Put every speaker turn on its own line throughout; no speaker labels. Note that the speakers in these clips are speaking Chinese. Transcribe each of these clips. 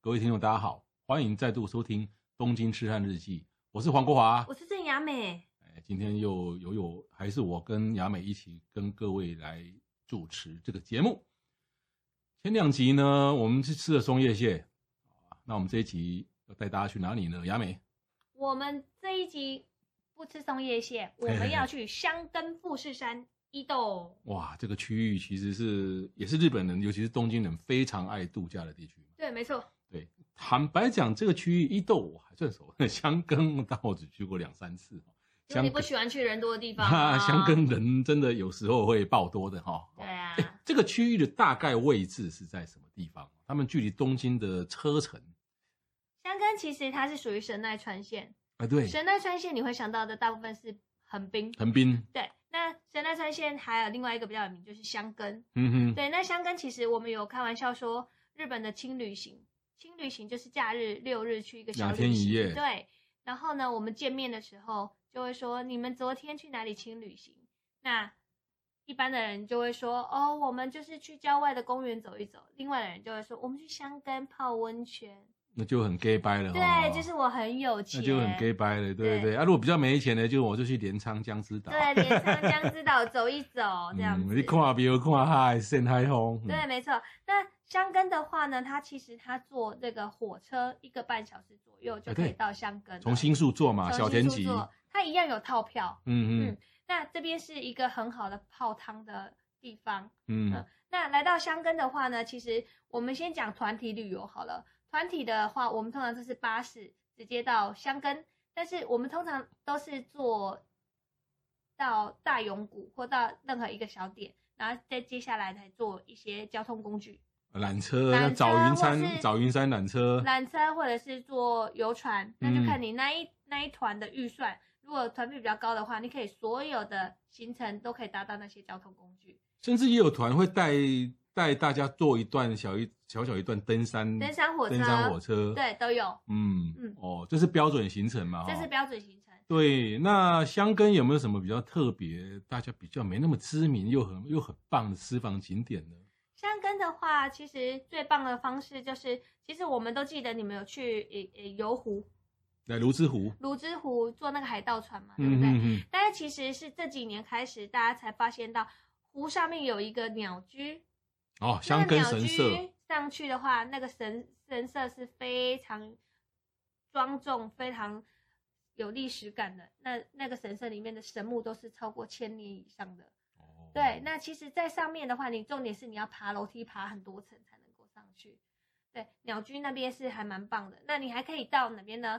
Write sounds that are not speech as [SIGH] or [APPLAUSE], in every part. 各位听众，大家好，欢迎再度收听《东京痴汉日记》，我是黄国华，
我是郑雅美，
哎，今天又有有还是我跟雅美一起跟各位来主持这个节目。前两集呢，我们是吃了松叶蟹，啊那我们这一集要带大家去哪里呢？雅美，
我们这一集不吃松叶蟹，我
嘿嘿
们
嘿
要去香根富士 [LAUGHS] 山伊豆。
哇，这个区域其实是也是日本人，尤其是东京人非常爱度假的地区。
对，没错，
坦白讲，这个区域伊豆我还算熟， [LAUGHS] 香根但我只去过两三次。哦
因为你不
根
喜欢去人多的地方
啊，
啊。
[LAUGHS] 香根人真的有时候会爆多的哈。
对啊，
哎，这个区域的大概位置是在什么地方？他们距离东京的车程
香根其实它是属于神奈川县，
啊，对，
神奈川县你会想到的大部分是横滨。
横滨，
对，那神奈川县还有另外一个比较有名就是香根。
[LAUGHS] 嗯哼，
对，那香根其实我们有开玩笑说，日本的轻旅行，轻旅行就是假日六日去一个小
两
旅
天一
行
夜
对，然后呢，我们见面的时候就会说，你们昨天去哪里轻旅行？那一般的人就会说，哦，我们就是去郊外的公园走一走；，另外的人就会说，我们去香根泡温泉。
那就很 gay 掰了哈。
对，就是我很有
哦
钱，
那就很 gay 掰了，对不对？啊，如果比较没钱呢，就我就去镰仓江之岛，
对，连上江之岛走一走，这样子。
[LAUGHS] 嗯，你看表看海，晒海风，嗯
对，没错。那香根的话呢，它其实它坐这个火车一个半小时左右就可
哎对
以到香根了，
从新宿坐嘛，
从
小田
新宿
急，
坐它一样有套票。
嗯嗯
嗯那这边是一个很好的泡汤的地方。
嗯
嗯，那来到香根的话呢，其实我们先讲团体旅游好了。团体的话，我们通常都是巴士直接到香根，但是我们通常都是坐到大永谷或到任何一个小点，然后再接下来才坐一些交通工具。
缆车，
缆
那
车
早云
或
山，
是
早云山缆车，
缆车或者是坐游船，那就看
呃嗯
你那一、那一团的预算。如果团费比较高的话，你可以所有的行程都可以搭到那些交通工具，
甚至也有团会带带大家做一段小一小小一段登山，
登山火车，
嗯登山火车，，
对都有，
嗯
嗯
哦，这是标准行程嘛，
这
哈
是标准行程。
对，那香根有没有什么比较特别，大家比较没那么知名又很又很棒的私房景点呢？
香根的话，其实最棒的方式就是，其实我们都记得你们有去呃呃游湖、
来泸沽湖，
泸沽湖坐那个海盗船嘛，对
嗯
不对？
嗯嗯，
但是其实是这几年开始，大家才发现到湖上面有一个鸟居，
哦，香根神
那个鸟
社，
居上去的话，那个神神社是非常庄重、非常有历史感的。那那个神社里面的神木都是超过千年以上的。
哦
对，那其实，在上面的话，你重点是你要爬楼梯，爬很多层才能够上去。对，鸟居那边是还蛮棒的。那你还可以到哪边呢？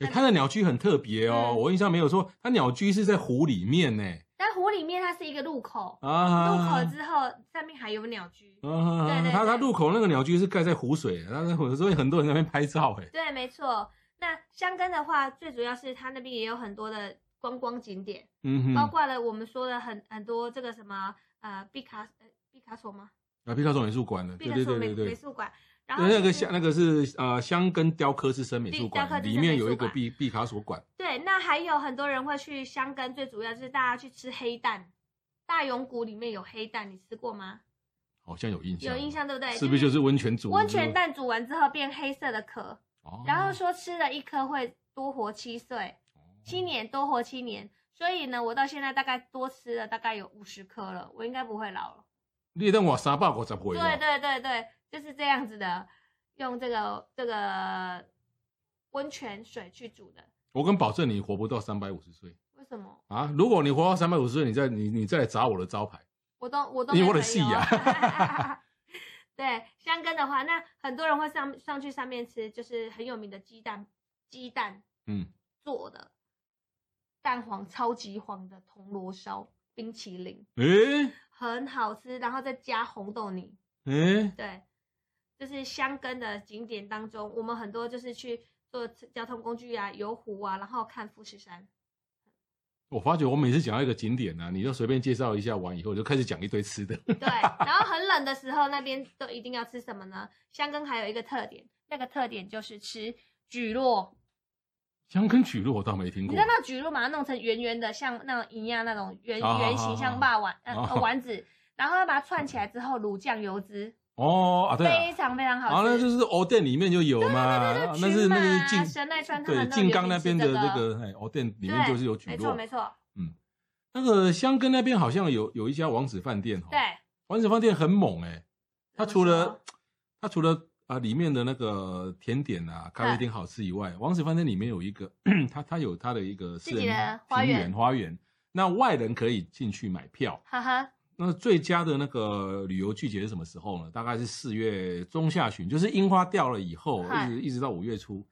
诶它的鸟居很特别哦，
嗯
我印象没有说它鸟居是在湖里面呢
但湖里面它是一个入口，入
啊，
口之后上面还有鸟居。
啊，
对对
它它
对
入口那个鸟居是盖在湖水，它在湖所以很多人在那边拍照哎，
对，没错。那香根的话，最主要是它那边也有很多的观光景点，
嗯
包
哼，
括了我们说的很很多这个什么呃毕卡呃毕卡索吗？
啊，毕卡索美术馆了，
毕
对
卡
对
索
对
美
对
美
对。
术馆，然后
对，那
就
个
是
香那个是呃香根雕刻之森美术
雕刻
馆，
之森
里面
美
有
术
一个
馆
毕毕卡索馆，
对，那还有很多人会去香根，最主要就是大家去吃黑蛋。大永谷里面有黑蛋，你吃过吗？
好像有印象，
有印象对不对？
是不是就是温泉煮
温泉？蛋煮完之后变黑色的壳，
哦
然后说吃了一颗会多活七岁，七年多活七年。所以呢，我到现在大概多吃了大概有五十颗了，我应该不会老了。
你当我三百五十回
对
哦，
对对对，就是这样子的，用这个这个温泉水去煮的。
我敢保证你活不到三百五十岁
为什么？
啊！如果你活到三百五十岁，你再你你再来砸我的招牌，
我都我都
因为
没
我的
朋
戏
友
呀
[LAUGHS] 对，香根的话，那很多人会上上去上面吃，就是很有名的鸡蛋，鸡蛋
嗯，
做的蛋黄超级黄的铜锣烧冰淇淋，
诶
很好吃，然后再加红豆泥，
诶，
对，就是箱根的景点当中，我们很多就是去坐交通工具啊、游湖啊，然后看富士山。
我发觉我每次讲到一个景点呢、啊，你就随便介绍一下，完以后我就开始讲一堆吃的。
对，然后很冷的时候，那边都一定要吃什么呢？箱根还有一个特点，那个特点就是吃蒟蒻。
香根曲露我倒没听
你
过
知道，那蒟蒻把它弄成圆圆的，像那种一样那种圆
啊
圆形，像霸丸
[LAUGHS]
呃
啊
丸子，然后要把它串起来之后卤酱油汁，
哦啊，对啊，
非常非常
然后
好
那
吃。
就是欧店里面就有嘛，
对
那
群
是
马
那
啊
个晋
神奈川他
对
们都
晋
流
江
行
那
吃
边的
这
这
个
个哎欧店里面
对，
就是有蒟
没错
蒻
没。错，
那个香根那边好像有有一家王子饭店哦，
对，
王子饭店很猛哎、它
怎么
除了
说
它除了啊里面的那个甜点啊咖啡
对
厅好吃以外，王子饭店里面有一个 [CLEARS THROAT] 它它有它的一个私
自己
人
的花
庭
园
园花园，那外人可以进去买票。
哈哈，
那最佳的那个旅游季节是什么时候呢？大概是四月中下旬，就是樱花掉了以后，一
嗨
直一直到五月初。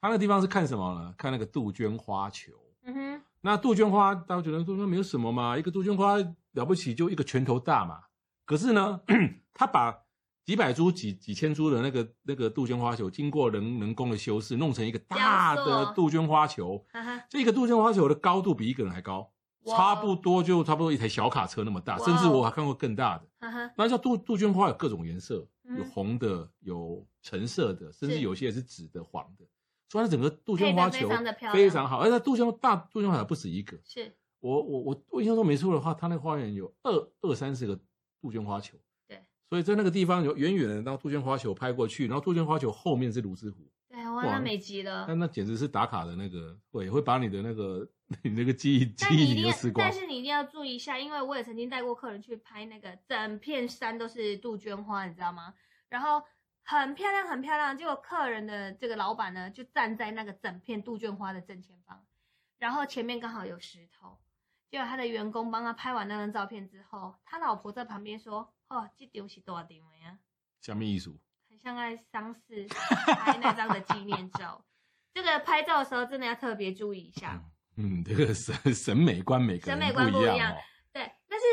它那地方是看什么呢？看那个杜鹃花球。
嗯哼，
那杜鹃花，大家觉得杜鹃花没有什么嘛，一个杜鹃花了不起就一个拳头大嘛。可是呢， [CLEARS THROAT] 他把几百株、几几千株的那个那个杜鹃花球，经过人人工的修饰，弄成一个大
雕
的
塑
杜鹃花球。
哈哈，
这个杜鹃花球的高度比一个人还高，
哇
差不多就差不多一台小卡车那么大，
哇哦
甚至我还看过更大的。
哈哈，
那叫杜杜鹃花有各种颜色，
嗯
有红的，有橙色的，甚至
是
有些是紫的、黄的。所以它整个杜鹃花球
配得非常地漂亮
非常好，而且杜鹃大杜鹃花还不止一个。
是
我我我我印象中没错的话，它那个花园有二二三十个杜鹃花球。
对，
所以在那个地方有远远的，然后杜鹃花球拍过去，然后杜鹃花球后面是泸沽湖，
对，哇，
哇
那美极了
那。那简直是打卡的那个，会会把你的那个你那个记忆记
但你
忆里
一定
都
要
吃，光
但。是你一定要注意一下，因为我也曾经带过客人去拍那个，整片山都是杜鹃花，你知道吗？然后很漂亮，很漂亮。结果客人的这个老板呢，就站在那个整片杜鹃花的正前方，然后前面刚好有石头。结果他的员工帮他拍完那张照片之后，他老婆在旁边说：“哦，这丢是多丢呀，
下面艺术，
很像在丧事拍那张的纪念照。”
[LAUGHS]
这个拍照的时候真的要特别注意一下。
嗯，这个审 [LAUGHS] 审美观每个
审
人
美观
不
不一
样
样
哦。
对，但是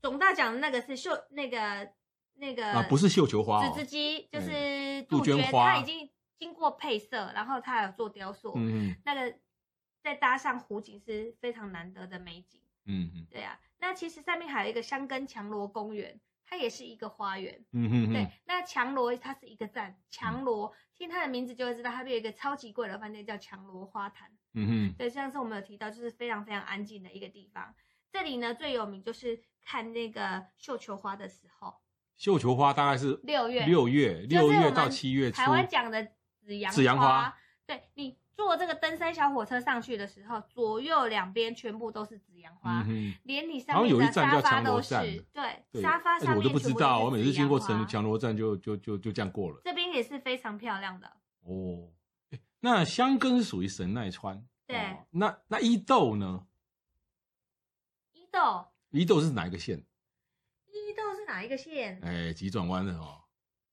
总大奖的那个是绣那个那个
啊，不是绣球花
纸
哦
织。机，就
嗯
是
杜
杜
鹃
鹃，
花
它已经经过配色，然后它有做雕塑，
嗯
那个再搭上湖景是非常难得的美景。
嗯嗯
对啊，那其实上面还有一个香根强罗公园，它也是一个花园。
嗯嗯
对
嗯，，
那强罗它是一个站，强罗听它的名字就会知道，它有一个超级贵的饭店叫强罗花坛。
嗯
对，上次我们有提到，就是非常非常安静的一个地方。这里呢最有名就是看那个绣球花的时候，
绣球花大概是
六月，
六月
就是
六
我们
月到七月初，
台湾讲的紫阳
紫阳花嗯
花。对你坐这个登山小火车上去的时候，左右两边全部都是紫阳花，
嗯哼，
连你
好
上
像有
面
一
的
站
沙
叫
发
强罗
都
站
是，对，
对，
沙发
但
上
是我
面
都不知
全部
道，
是
我每
紫
次经
阳
过
花
强强罗站就就就就这样过了。
这边也是非常漂亮的。
哦，诶那香根是属于神奈川，
对
哦那那伊豆呢？
伊豆，
伊豆是哪一个县？
伊豆是哪一个县？
哎，急转弯的哦，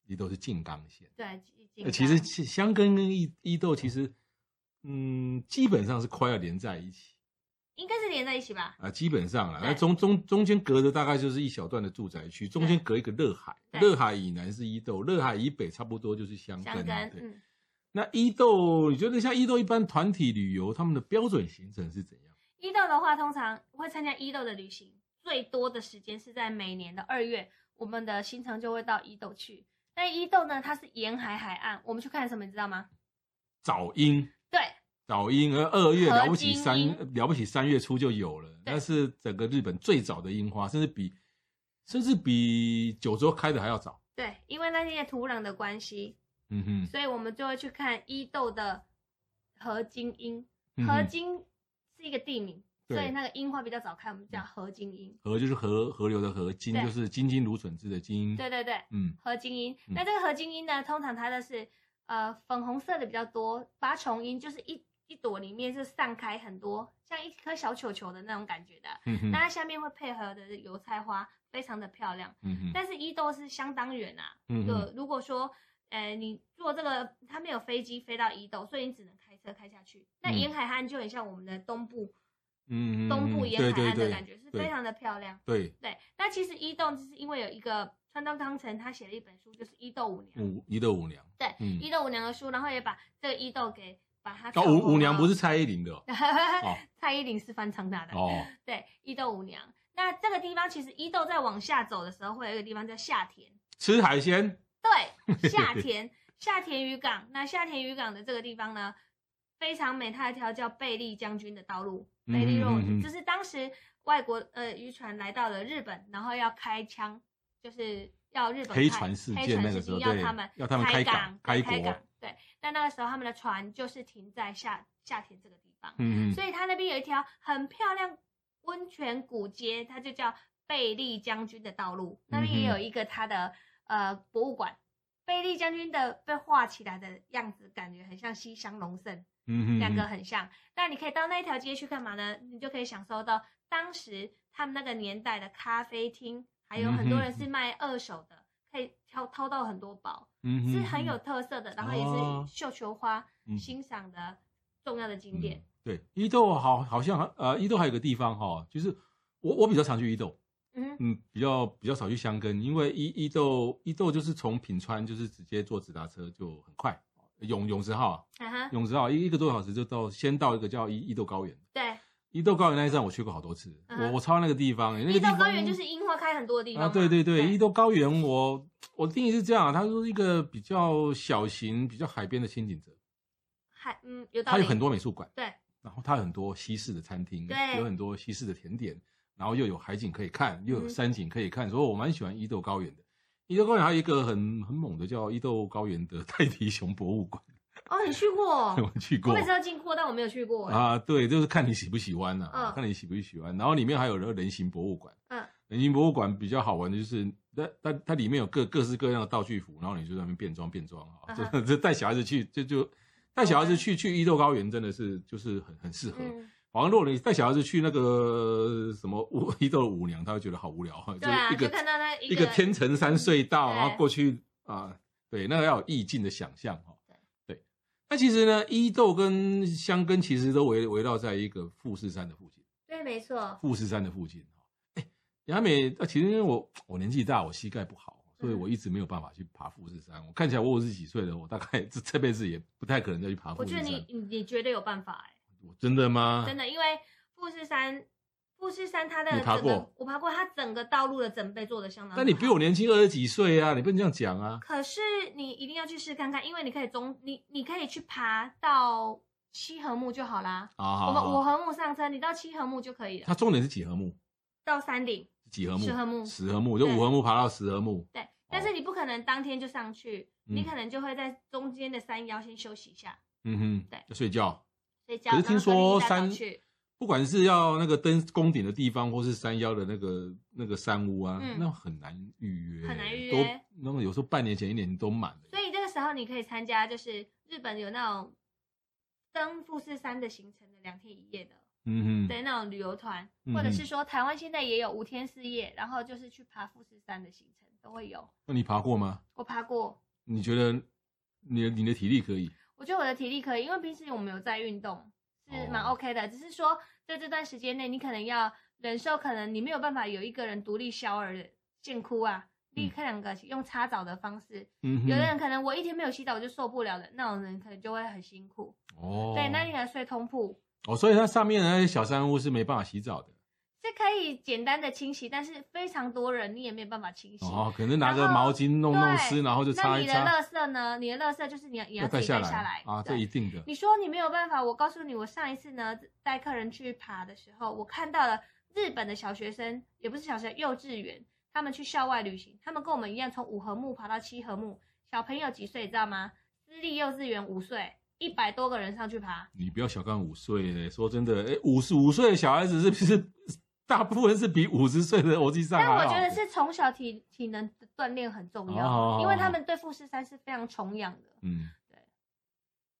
伊豆是静冈县。
对，静
呃
静
其实
冈
其香根跟伊伊豆其实，嗯，基本上是快要连在一起
应该是连在一起吧。
啊，基本上啊，
对
那中中中间隔着大概就是一小段的住宅区，中间
对
隔一个热海，
对
热海以南是伊豆，热海以北差不多就是香根啊。
香根，
对，
嗯。
那伊豆，你觉得像伊豆一般团体旅游，他们的标准行程是怎样？
伊豆的话，通常会参加伊豆的旅行，最多的时间是在每年的二月，我们的行程就会到伊豆去。那伊豆呢，它是沿海海岸，我们去看什么，你知道吗？
早樱，
对，
早樱，而二月
合
了不起
金
三
樱
了不起三月初就有了，
对
那是整个日本最早的樱花，甚至比甚至比九州开的还要早。
对，因为那些土壤的关系，
嗯哼，
所以我们就会去看伊豆的合金樱。
嗯
合
哼
金是一个地名，
对
所以那个樱花比较早开，我们叫合金樱。
河就是河河流的河，金
对
就是金金如笋汁的金。
对，对对，
嗯，
合金樱。
嗯
那这个合金樱呢，通常它的是呃粉红色的比较多，八重樱就是一一朵里面是散开很多，像一颗小球球的那种感觉的。
嗯哼
那，它下面会配合的是油菜花，非常的漂亮。
嗯哼，
但是伊豆是相当远啊，
嗯
就
哼，
如果说呃你坐这个，它没有飞机飞到伊豆，所以你只能开车开下去。那
嗯
沿海岸就很像我们的东部，
嗯
东部沿海岸的感
觉。
觉是
对
非常的漂亮。
对，
对，那其实伊豆就是因为有一个川端康成他写了一本书，就是伊豆舞娘。
舞一的舞娘，
对，
嗯，
伊豆舞娘的书，然后也把这个伊豆给把它
哦，
唱
舞
红
舞娘
啊 [LAUGHS]
不是蔡依林的哦
蔡依林是翻唱她的。
哦，
对，伊豆舞娘。那这个地方其实伊豆再往下走的时候，会有一个地方叫下田。
吃海鲜，嗯 [LAUGHS]
对，下田，下田渔港。那下田渔港的这个地方呢，非常美，它有一条叫贝利将军的道路，贝利
嗯嗯嗯嗯
road，就是当时外国呃渔船来到了日本，然后要开枪，就是要日本
黑
开
船事
黑
件
船
那个
事
时候
件
对
要他们
要他们开
开
港
对
开
开
国
港。对，那那个时候他们的船就是停在下下田这个地方。
嗯
所以它那边有一条很漂亮温泉古街，它就叫贝利将军的道路。
嗯
那边也有一个它的呃博物馆，贝利将军的被画起来的样子，感觉很像西乡隆盛，
嗯
两个很像。那你可以到那一条街去干嘛呢？你就可以享受到当时他们那个年代的咖啡厅，还
嗯
有很多人是卖二手的，可以挑掏到很多宝，
嗯
是很有特色的，然后也
哦
是绣球花
嗯
欣赏的重要的景
嗯
点。
对，伊豆好好像呃，伊豆还有个地方哈、就是我我比较常去伊豆，
嗯
嗯，比较比较少去箱根，因为伊伊豆伊豆就是从品川就是直接坐直达车就很快，永永泽号啊
哼，啊哈，
永泽号一一个多小时就到，先到一个叫伊伊豆高原，
对，
伊豆高原那一站我去过好多次，
嗯
我
哼
我超爱那个地方、欸，那个
伊
地
豆
方
高原就是樱花开很多的地方
啊，
嘛、
对对对，伊
对，
豆高原我我定义是这样啊，它是一个比较小型、比较海边的新景泽，
还嗯有道
它
理，
有很多美术馆，
对，
然后它有很多西式的餐厅，
对
有很多西式的甜点，然后又有海景可以看，又有
嗯
山景可以看，所以我蛮喜欢伊豆高原的。伊豆高原还有一个很很猛的叫伊豆高原的泰迪熊博物馆，，
哦，你去过
[LAUGHS] 我去
我
过
每次都经过，但我没有去过。
啊，对，就是看你喜不喜欢呐、
嗯
看你喜不喜欢。然后里面还有那个人形博物馆，
嗯，
人形博物馆比较好玩的就是它它它里面有各各式各样的道具服，然后你就在那边变装变装啊，
嗯
这、[LAUGHS]
哼哦
这带小孩子去就就带小孩子
好玩
去去伊豆高原真的是就是很很适合。
嗯，
好像如果你带小孩子去那个什么舞 [LAUGHS] 伊豆舞娘，他会觉得好无聊 [LAUGHS] 啊，
对啊，
是一
就
个
看到那
一
一
个
个嗯
天成山隧道，
对
然后过去啊，对，那个要有意境的想象哈
对。
对，那其实呢，伊豆跟箱根其实都围围绕在一个富士山的附近，
对，没错，
富士山的附近哈。哎，雅美，啊，其实因为我我年纪大，我膝盖不好，
嗯
所以我一直没有办法去爬富士山。我看起来我五十几岁了，我大概这这辈子也不太可能再去爬富
我
士
觉
山。
得你你你绝对有办法哎、
我真的吗？
真的，因为富士山，富士山它的
啊你爬
整个
过，
我爬过，它整个道路的整备做的相当好。
但你比我年轻二十几岁啊，你不能这样讲啊。
可是你一定要去试看看，因为你可以中你你可以去爬到七合目就好啦。
啊，好
我们
好
五
好，
合目上车，你到七合目就可以了
它，重点是几合目？
到山顶。
几合目？
十合目
十合目，就
对
五合目爬到十合目。
对，但是你不可能当天就上去，
哦嗯
你可能就会在中间的山腰先休息一下
嗯哼，
对
就睡觉。
睡觉。
可是听说
然后隔天一大早
山
去，
不管是要那个登宫顶的地方，或是山腰的那个那个山屋啊，
嗯
那很难预约，
很难预
都
约
那么有时候半年前、一年都满了。
所以这个时候你可以参加，就是日本有那种登富士山的行程的两天一夜的，
嗯哼，
对那种旅游团，
嗯
或者是说台湾现在也有五天四夜，然后就是去爬富士山的行程都会有。
那你爬过吗？
我爬过，
你觉得你的你的体力可以？
我觉得我的体力可以，因为平时我们有在运动，是蛮
哦
OK 的。只是说在这段时间内，你可能要忍受，可能你没有办法有一个人独立消耳的健哭啊，立刻两个用擦澡的方式。
嗯嗯哼，
有的人可能我一天没有洗澡我就受不了了，那种人可能就会很辛苦。
哦，
对，那你可能睡通铺
哦，所以它上面的那些小山屋是没办法洗澡的
是可以简单的清洗，但是非常多人你也没有办法清洗。
哦，可能拿个
然后
毛巾弄弄
对
湿，然后就
那
擦一
你的
擦。
垃圾呢？你的垃圾就是你要你
要
自己
下
带下来
啊，这
对
一定的。
你说你没有办法，我告诉你，我上一次呢带客人去爬的时候，我看到了日本的小学生，也不是小学生，幼稚园，他们去校外旅行，他们跟我们一样从五合目爬到七合目。小朋友几岁，你知道吗？私立幼稚园五岁，一百多个人上去爬。
你不要小看五岁嘞，说真的，哎，五十五岁的小孩子是不是 [LAUGHS] 大部分是比五十岁的欧吉上还
但
好？
我觉得是从小体体能的锻炼很重要，
哦
因为他们对富士山是非常崇仰的。
嗯，
对，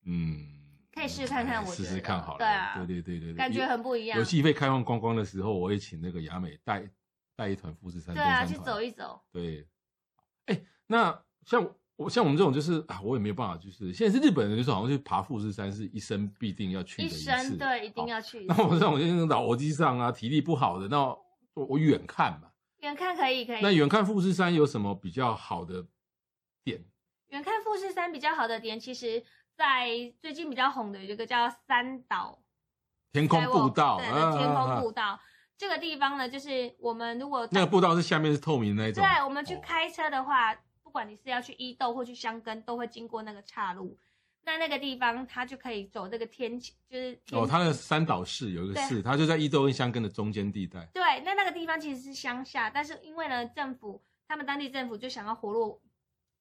嗯，
可以试看看
哎
我
试
觉
试
得
看好了。
对啊
对对对对，
感觉很不一
有
样
有。戏费开放光光的时候，我会请那个雅美带带一团富士山
对啊，
登
去
山团
走一走。
对，哎，那像我像我们这种就是啊，我也没有办法，就是现在是日本人，就是好像去爬富士山是一生必定要去
一
的次哦
生对，一
好
定要去一次。
那我这种就是老机上啊，体力不好的，那我我远看嘛，
远看可以可以。
那远看富士山有什么比较好的点？
远看富士山比较好的点，其实在最近比较红的有一个叫三岛
天空步道，
对对天
啊啊
空
啊
步道。这个地方呢，就是我们如果
那个步道是下面是透明的那一种。
对，我们去
哦
开车的话，不管你是要去伊豆或去箱根，都会经过那个岔路。那那个地方，它就可以走这个天气，就是天
哦，它的三岛市有一个
对
市，它就在伊豆跟箱根的中间地带。
对，那那个地方其实是乡下，但是因为呢，政府他们当地政府就想要活络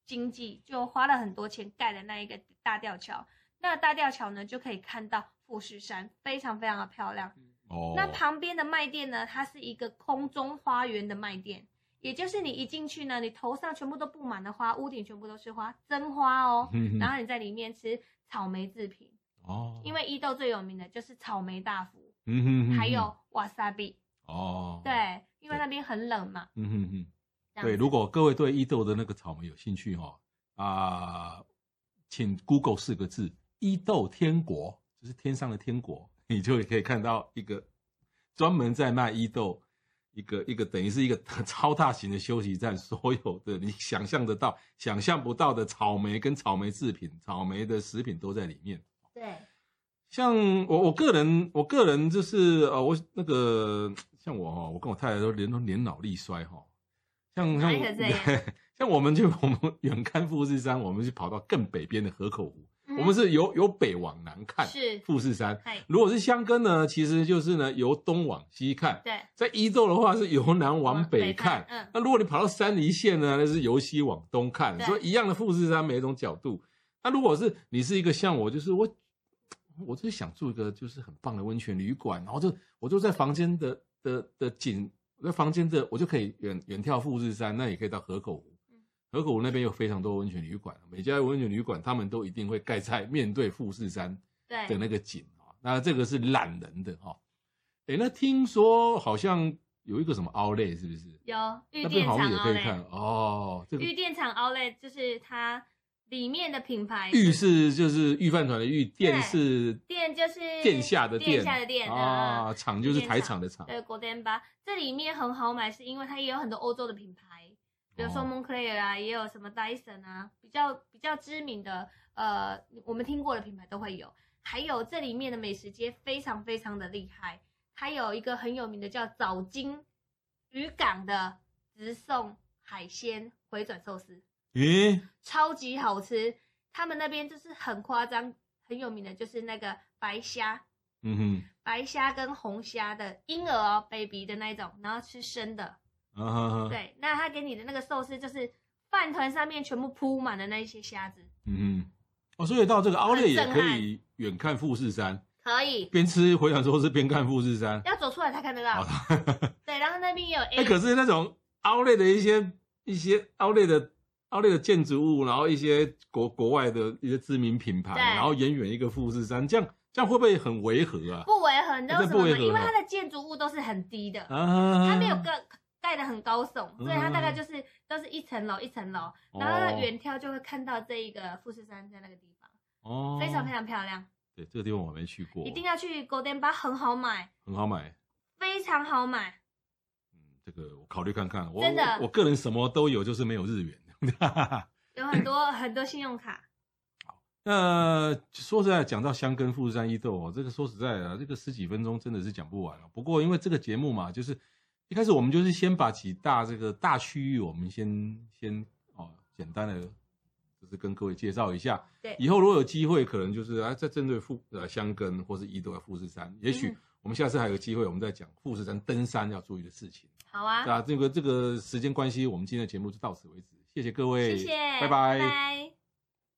经济，就花了很多钱盖的那一个大吊桥。那大吊桥呢，就可以看到富士山，非常非常的漂亮。
哦，
那旁边的卖店呢，它是一个空中花园的卖店，也就是你一进去呢，你头上全部都布满了花，屋顶全部都是花，真花哦。
[LAUGHS] 嗯
然
哼
后你在里面吃草莓制品，
哦，
因为伊豆最有名的就是草莓大福，
嗯哼哼
还
哼
有瓦萨比。
哦，，
对，因为
对
那边很冷嘛。
嗯哼哼。
这样
对，
子
如果各位对伊 E 豆的那个草莓有兴趣哦，啊、请 Google 四个字“伊豆天国”，就是天上的天国，你就可以看到一个专门在卖伊豆，一个一个等于是一个 [LAUGHS] 超大型的休息站，所有的你想象得到、想象不到的草莓跟草莓制品、草莓的食品都在里面。
对，
像我我个人，我个人就是呃，我那个像我哈、哦，我跟我太太都年都年老力衰哈、像像
哪里
我
可这样
[LAUGHS] 像我们去我们远看富士山，我们就跑到更北边的河口湖，
嗯
我们是由由北往南看
是
富士山。
嗨，
如果是箱根呢，其实就是呢由东往西看；
对，
在伊豆的话是由南往北看。
嗯，
那如果你跑到山梨县呢，那是由西往东看，
对
所以一样的富士山每一种角度。那如果是你是一个像我，就是我，我就是想住一个就是很棒的温泉旅馆，然后就我就在房间的的的景，我在房间的我就可以远远眺富士山，那也可以到河口湖
嗯。
河口湖那边有非常多温泉旅馆，每家温泉旅馆他们都一定会盖在面对富士山
对，
的那个景啊。那这个是懒人的哈、哦。诶，那听说好像有一个什么奥莱，是不是？
有玉
那边
电啊
好像
厂
也可以看
Outlet，
哦。这个
玉电厂 Outlet 就是它里面的品牌
玉是就是御饭团的御，店
对
是
店就是
殿下的
殿
殿，
下的店
啊，
啊，
厂就是
御殿
台场的厂，
对 g o l d e n Bar，这里面很好买，是因为它也有很多欧洲的品牌，比如说
哦
Moncler 啊，也有什么 Dyson 啊，比较比较知名的呃，我们听过的品牌都会有。还有这里面的美食街非常非常的厉害，它有一个很有名的叫早金渔港的直送海鲜回转寿司，
咦，
超级好吃。他们那边就是很夸张，很有名的就是那个白虾，
嗯哼。
白虾跟红虾的婴儿哦，baby 的那一种，然后吃生的。
啊哈哈，
对，那他给你的那个寿司就是饭团上面全部铺满了那一些虾子，
嗯哼，哦，所以到这个奥莱也
很
可
震撼
以远看富士山，
可以
边吃回转寿司边看富士山。
要走出来才看得
好
到。
的，
对，然后那边也有 A，、
哎，可是那种奥莱的一些一些奥莱的奥莱的建筑物，然后一些国国外的一些知名品牌，
对
然后远远一个富士山，这样这样会不会很违和啊？
不违和，你知道为什
这不
么
违
吗？
和
因为
哦
它的建筑物都是很低的，
啊，
它没有盖盖的很高耸，所以它大概
嗯
就是都是一层楼一层楼，
哦
然后远眺就会看到这一个富士山在那个地方，
哦，
非常非常漂亮，
对这个地方我没去过，
一定要去 Golden Bar，很好买，
很好买。
非常好买。
嗯，这个我考虑看看。我
真的
我，我个人什么都有，就是没有日元。 [LAUGHS]
有很多很多信用卡，
那说实在，讲到香根富士山伊豆哦，这个说实在的啊，这个十几分钟真的是讲不完了、啊不过因为这个节目嘛，就是一开始我们就是先把几大这个大区域，我们先先哦简单的就是跟各位介绍一下。
对
以后如果有机会，可能就是啊，再针对富呃香根或是伊豆的富士山，也许
嗯
我们下次还有机会，我们再讲富士山登山要注意的事情。
好啊，
那这个这个时间关系，我们今天的节目就到此为止，谢谢各位，
谢谢，
拜
拜拜